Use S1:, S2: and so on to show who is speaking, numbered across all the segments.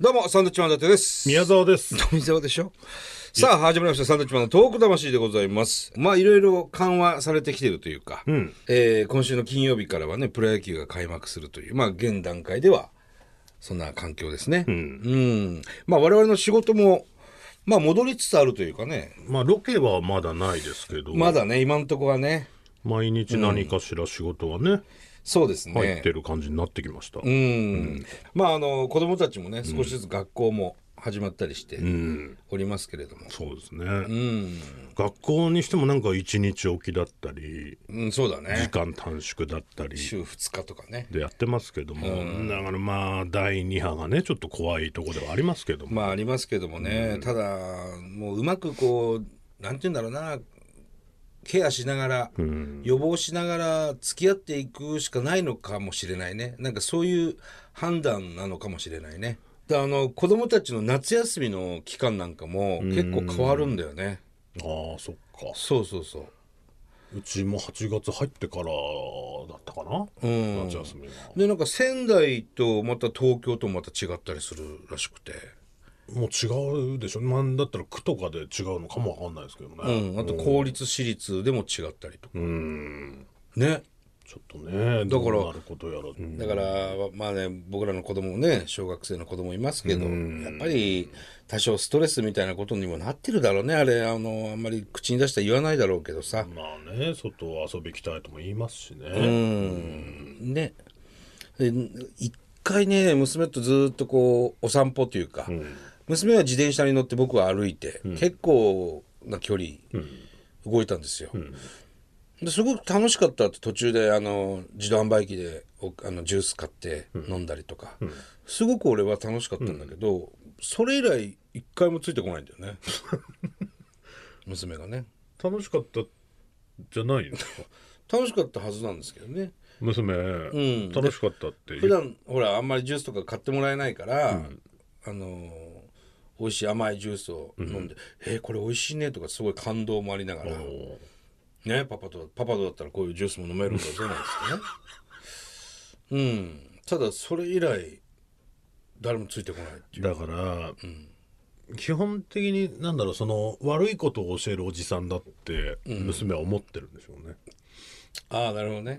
S1: どうも、サンドウィッチマン伊達です。
S2: 宮沢です。
S1: 富澤でしょ さあ、始まりました。サンドウィッチマンのトーク魂でございます。まあ、いろいろ緩和されてきてるというか、
S2: ん
S1: えー今週の金曜日からはね、プロ野球が開幕するという、まあ、現段階では、そんな環境ですね。うん。まあ、我々の仕事も、まあ、戻りつつあるというかね、
S2: まあ、ロケはまだないですけど、
S1: まだね、今んとこはね、
S2: 毎日何かしら仕事はね、
S1: そうですね。
S2: 入ってる感じになってきました。
S1: うん、まあ、あの、子供たちもね、少しずつ学校も始まったりしておりますけれども。
S2: そうですね、学校にしてもなんか一日おきだったり、
S1: うん、そうだね。
S2: 時間短縮だったり
S1: 週2日とかね
S2: でやってますけども、だからまあ、第2波がね、ちょっと怖いとこではありますけども、
S1: まあありますけどもね、ただもううまくこうなんて言うんだろうなケアしながら、予防しながら付き合っていくしかないのかもしれないねなんかそういう判断なのかもしれないねであの子供たちの夏休みの期間なんかも結構変わるんだよね、
S2: ああ、そっか。
S1: そうそうそう
S2: うちも8月入ってからだったかな、
S1: ん
S2: 夏休みが。
S1: でなんか仙台とまた東京とまた違ったりするらしくて
S2: もう違うでしょ、まあ、だったら区とかで違うのかもわかんないですけどね。
S1: うんあと公立私立でも違ったりとか、ね
S2: ちょっとね、どうなることや
S1: だ
S2: ら。
S1: から、まあね、僕らの子供もね、小学生の子供いますけど、やっぱり多少ストレスみたいなことにもなってるだろうね、あれ、あの、あんまり口に出したら言わないだろうけどさ。
S2: まあね、外遊び行きたいとも言いますしね。
S1: うん、ね。で一回ね、娘とずっとこう、お散歩というか、娘は自転車に乗って僕は歩いて、結構な距離、動いたんですよ。ですごく楽しかったって途中であの自動販売機でおあのジュース買って飲んだりとか、すごく俺は楽しかったんだけど、それ以来一回もついてこないんだよね 娘がね
S2: 楽しかったじゃないんですか
S1: 楽しかったはずなんですけどね
S2: 娘、楽しかったって
S1: 普
S2: 言う
S1: 段ほらあんまりジュースとか買ってもらえないから、あのー美味しい甘いジュースを飲んで「えーこれ美味しいね」とかすごい感動もありながら「ねパパとパパとだったらこういうジュースも飲めるんだぞ」なんですって ねうんただそれ以来誰もついてこないっていう
S2: だから、基本的に、なんだろう、その、悪いことを教えるおじさんだって、娘は思ってるんでしょうね。
S1: ああなるほどね、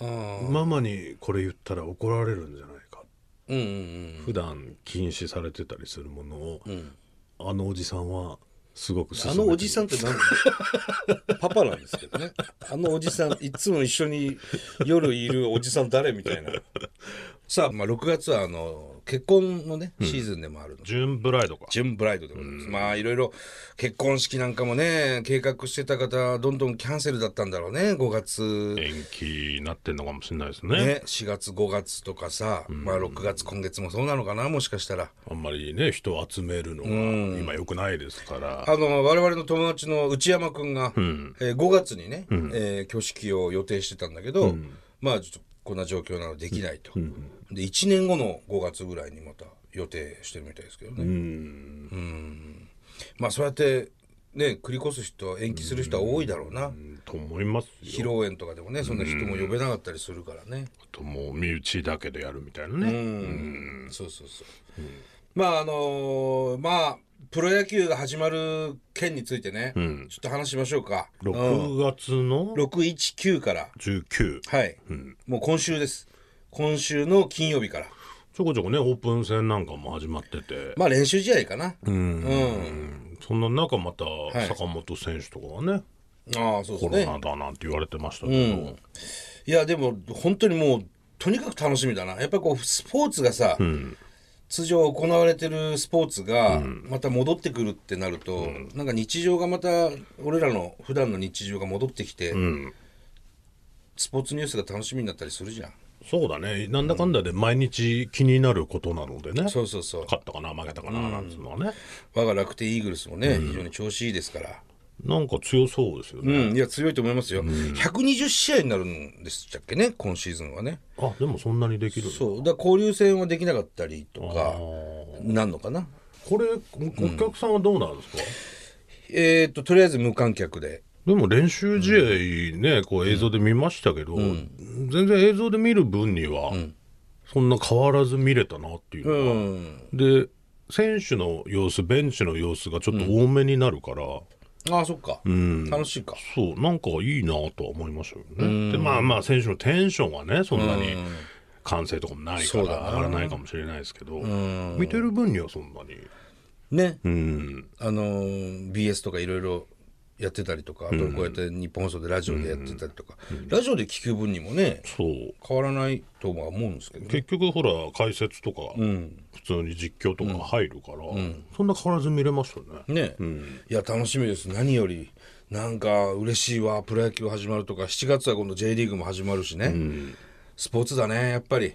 S1: ああ
S2: ママにこれ言ったら怒られるんじゃないか。
S1: うんうんうん
S2: 普段禁止されてたりするものを、あのおじさんは、すごく
S1: あ
S2: 勧めて
S1: の
S2: る
S1: おじさんって何パパなんですけどね。あのおじさん、いつも一緒に夜いるおじさん誰みたいな。さあ、まあ、6月はあの結婚のね、シーズンでもあるので、
S2: ジュンブライドか。
S1: ジュンブライドでございます。まあ、いろいろ結婚式なんかもね、計画してた方、どんどんキャンセルだったんだろうね、5月。
S2: 延期になってんのかもしれないですね。
S1: ね、4月5月とかさ、まあ6月今月もそうなのかなもしかしたら
S2: あんまりね、人を集めるのが今良くないですから。
S1: あの我々の友達の内山君が、えー5月にね、えー挙式を予定してたんだけど、まあちょっとこんな状況なのでできないと、で1年後の5月ぐらいにまた予定してるみたいですけどね、
S2: うん。
S1: まあそうやってね繰り越す人延期する人は多いだろうな、
S2: と思います
S1: 披
S2: よ。
S1: 露宴とかでもねそんな人も呼べなかったりするからね、
S2: あともう身内だけでやるみたいなね。
S1: うんそうそうそう、まああのーまあプロ野球が始まる件についてね、ちょっと話しましょうか
S2: 6月の
S1: 619から
S2: 19。
S1: はい、もう今週です今週の金曜日から
S2: ちょこちょこね、オープン戦なんかも始まってて。
S1: まあ練習試合かなうん、
S2: うんそんな中また
S1: い
S2: 坂本選手とかはね、
S1: ああそうです
S2: コロ
S1: ね
S2: ナだなんて言われてましたけど、
S1: いやでも本当にもうとにかく楽しみだなやっぱりこうスポーツがさ、通常行われてるスポーツがまた戻ってくるってなると、なんか日常がまた俺らの普段の日常が戻ってきて、スポーツニュースが楽しみになったりするじゃん
S2: そうだね、なんだかんだで毎日気になることなのでね、
S1: そうそうそう
S2: 勝ったかな、負けたかななんつうのはね、
S1: 我が楽天イーグルスもね、非常に調子いいですから
S2: なんか強そうですよね。
S1: うん、いや強いと思いますよ、120試合になるんでしたっけね、今シーズンはね。
S2: あでもそんなにできる
S1: そうだから交流戦はできなかったりとか
S2: あー
S1: なんのかな、
S2: これおお客さんはどうなんですか、
S1: えー、ととりあえず無観客で、
S2: でも練習試合ね、こう映像で見ましたけど、全然映像で見る分には、そんな変わらず見れたなっていう
S1: う
S2: のが、
S1: ん
S2: で選手の様子ベンチの様子がちょっと多めになるから、
S1: ああそっか、
S2: ん
S1: 楽しいか
S2: そうなんかいいなとは思いましたよね。でまあまあ選手のテンションはねそんなに歓声とかもないから
S1: そうだな
S2: 上がらないかもしれないですけど、
S1: ん
S2: 見てる分にはそんなに。
S1: ね、
S2: うん
S1: あのー BS とかいろいろやってたりとかあとこうやって日本放送でラジオでやってたりとか、ラジオで聞く分にもね
S2: そう
S1: 変わらないとは思うんですけどね
S2: 結局ほら解説とか、
S1: うん
S2: 普通に実況とか入るから、そんな変わらず見れました
S1: ね、
S2: ね。
S1: いや楽しみです何よりなんか嬉しいわプロ野球始まるとか7月は今度 J リーグも始まるしね、スポーツだねやっぱり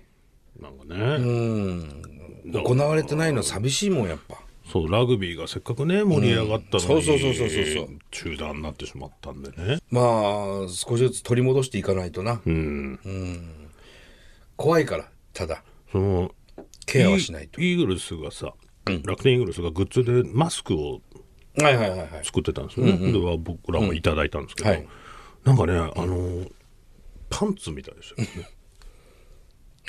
S2: なんかね、
S1: うん行われてないのは寂しいもんやっぱ
S2: そうラグビーがせっかくね盛り上がったのに、
S1: うんそうそうそうそうそうそう
S2: 中断になってしまったんでね。
S1: まあ少しずつ取り戻していかないとな、
S2: うん、
S1: 怖いからただ
S2: その
S1: ケアはしないと
S2: イーイーグルスがさ、楽天イーグルスがグッズでマスクを
S1: はいはいはいはい
S2: 作ってたんですよね、では僕らもいただいたんですけど、
S1: うんはい
S2: なんかねあのーパンツみたいでしたよ ね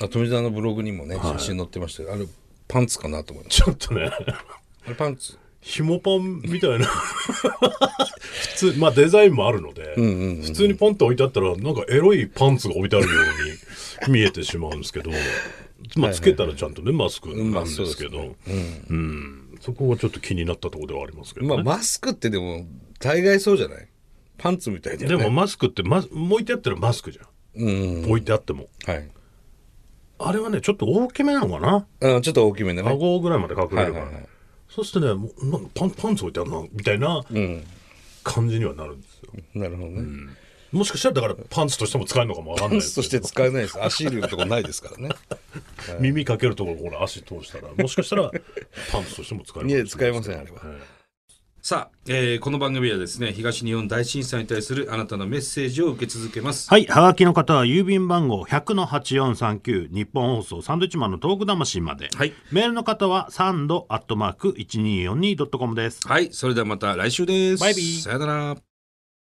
S1: あ富澤のブログにもね写真載ってましたけど、あれパンツかなと思いまし
S2: ちょっとね
S1: たあれパンツ
S2: ひもパンみたいな 普通まあデザインもあるので、普通にポンと置いてあったらなんかエロいパンツが置いてあるように見えてしまうんですけどまあつけたらちゃんとねマスクなんですけど、うんそこはちょっと気になったところではありますけど、ね
S1: まあマスクってでも大概そうじゃないパンツみたいだ
S2: で
S1: よね
S2: もマスクって、ま、置いてあったらマスクじゃん
S1: うん
S2: 置いてあっても
S1: はい
S2: あれはねちょっと大きめなのかな
S1: あちょっと大きめだね
S2: 顎ぐらいまで隠れるか
S1: は
S2: らね、
S1: いはいはい
S2: そうするとねもうなパンパンツ置いてあるなみたいな感じにはなるんですよ、
S1: なるほどね、
S2: もしかしたらだからパンツとしても使えるのかもわかんないです
S1: そ
S2: よ
S1: して使えないです足入れるとこないですからね
S2: 耳かけるところこれ足通したらもしかしたらパンツとしても使えるかも
S1: い
S2: しれな
S1: や使えませんあれは
S2: はい
S1: さあ、えーこの番組はですね東日本大震災に対するあなたのメッセージを受け続けます
S2: はい。はがきの方は、郵便番号100-8439、日本放送、サンドイッチマンのトーク魂まで。
S1: はい
S2: メールの方は、サンドアットマーク 1242.com です。
S1: はい、それではまた来週です
S2: バイビー
S1: さよなら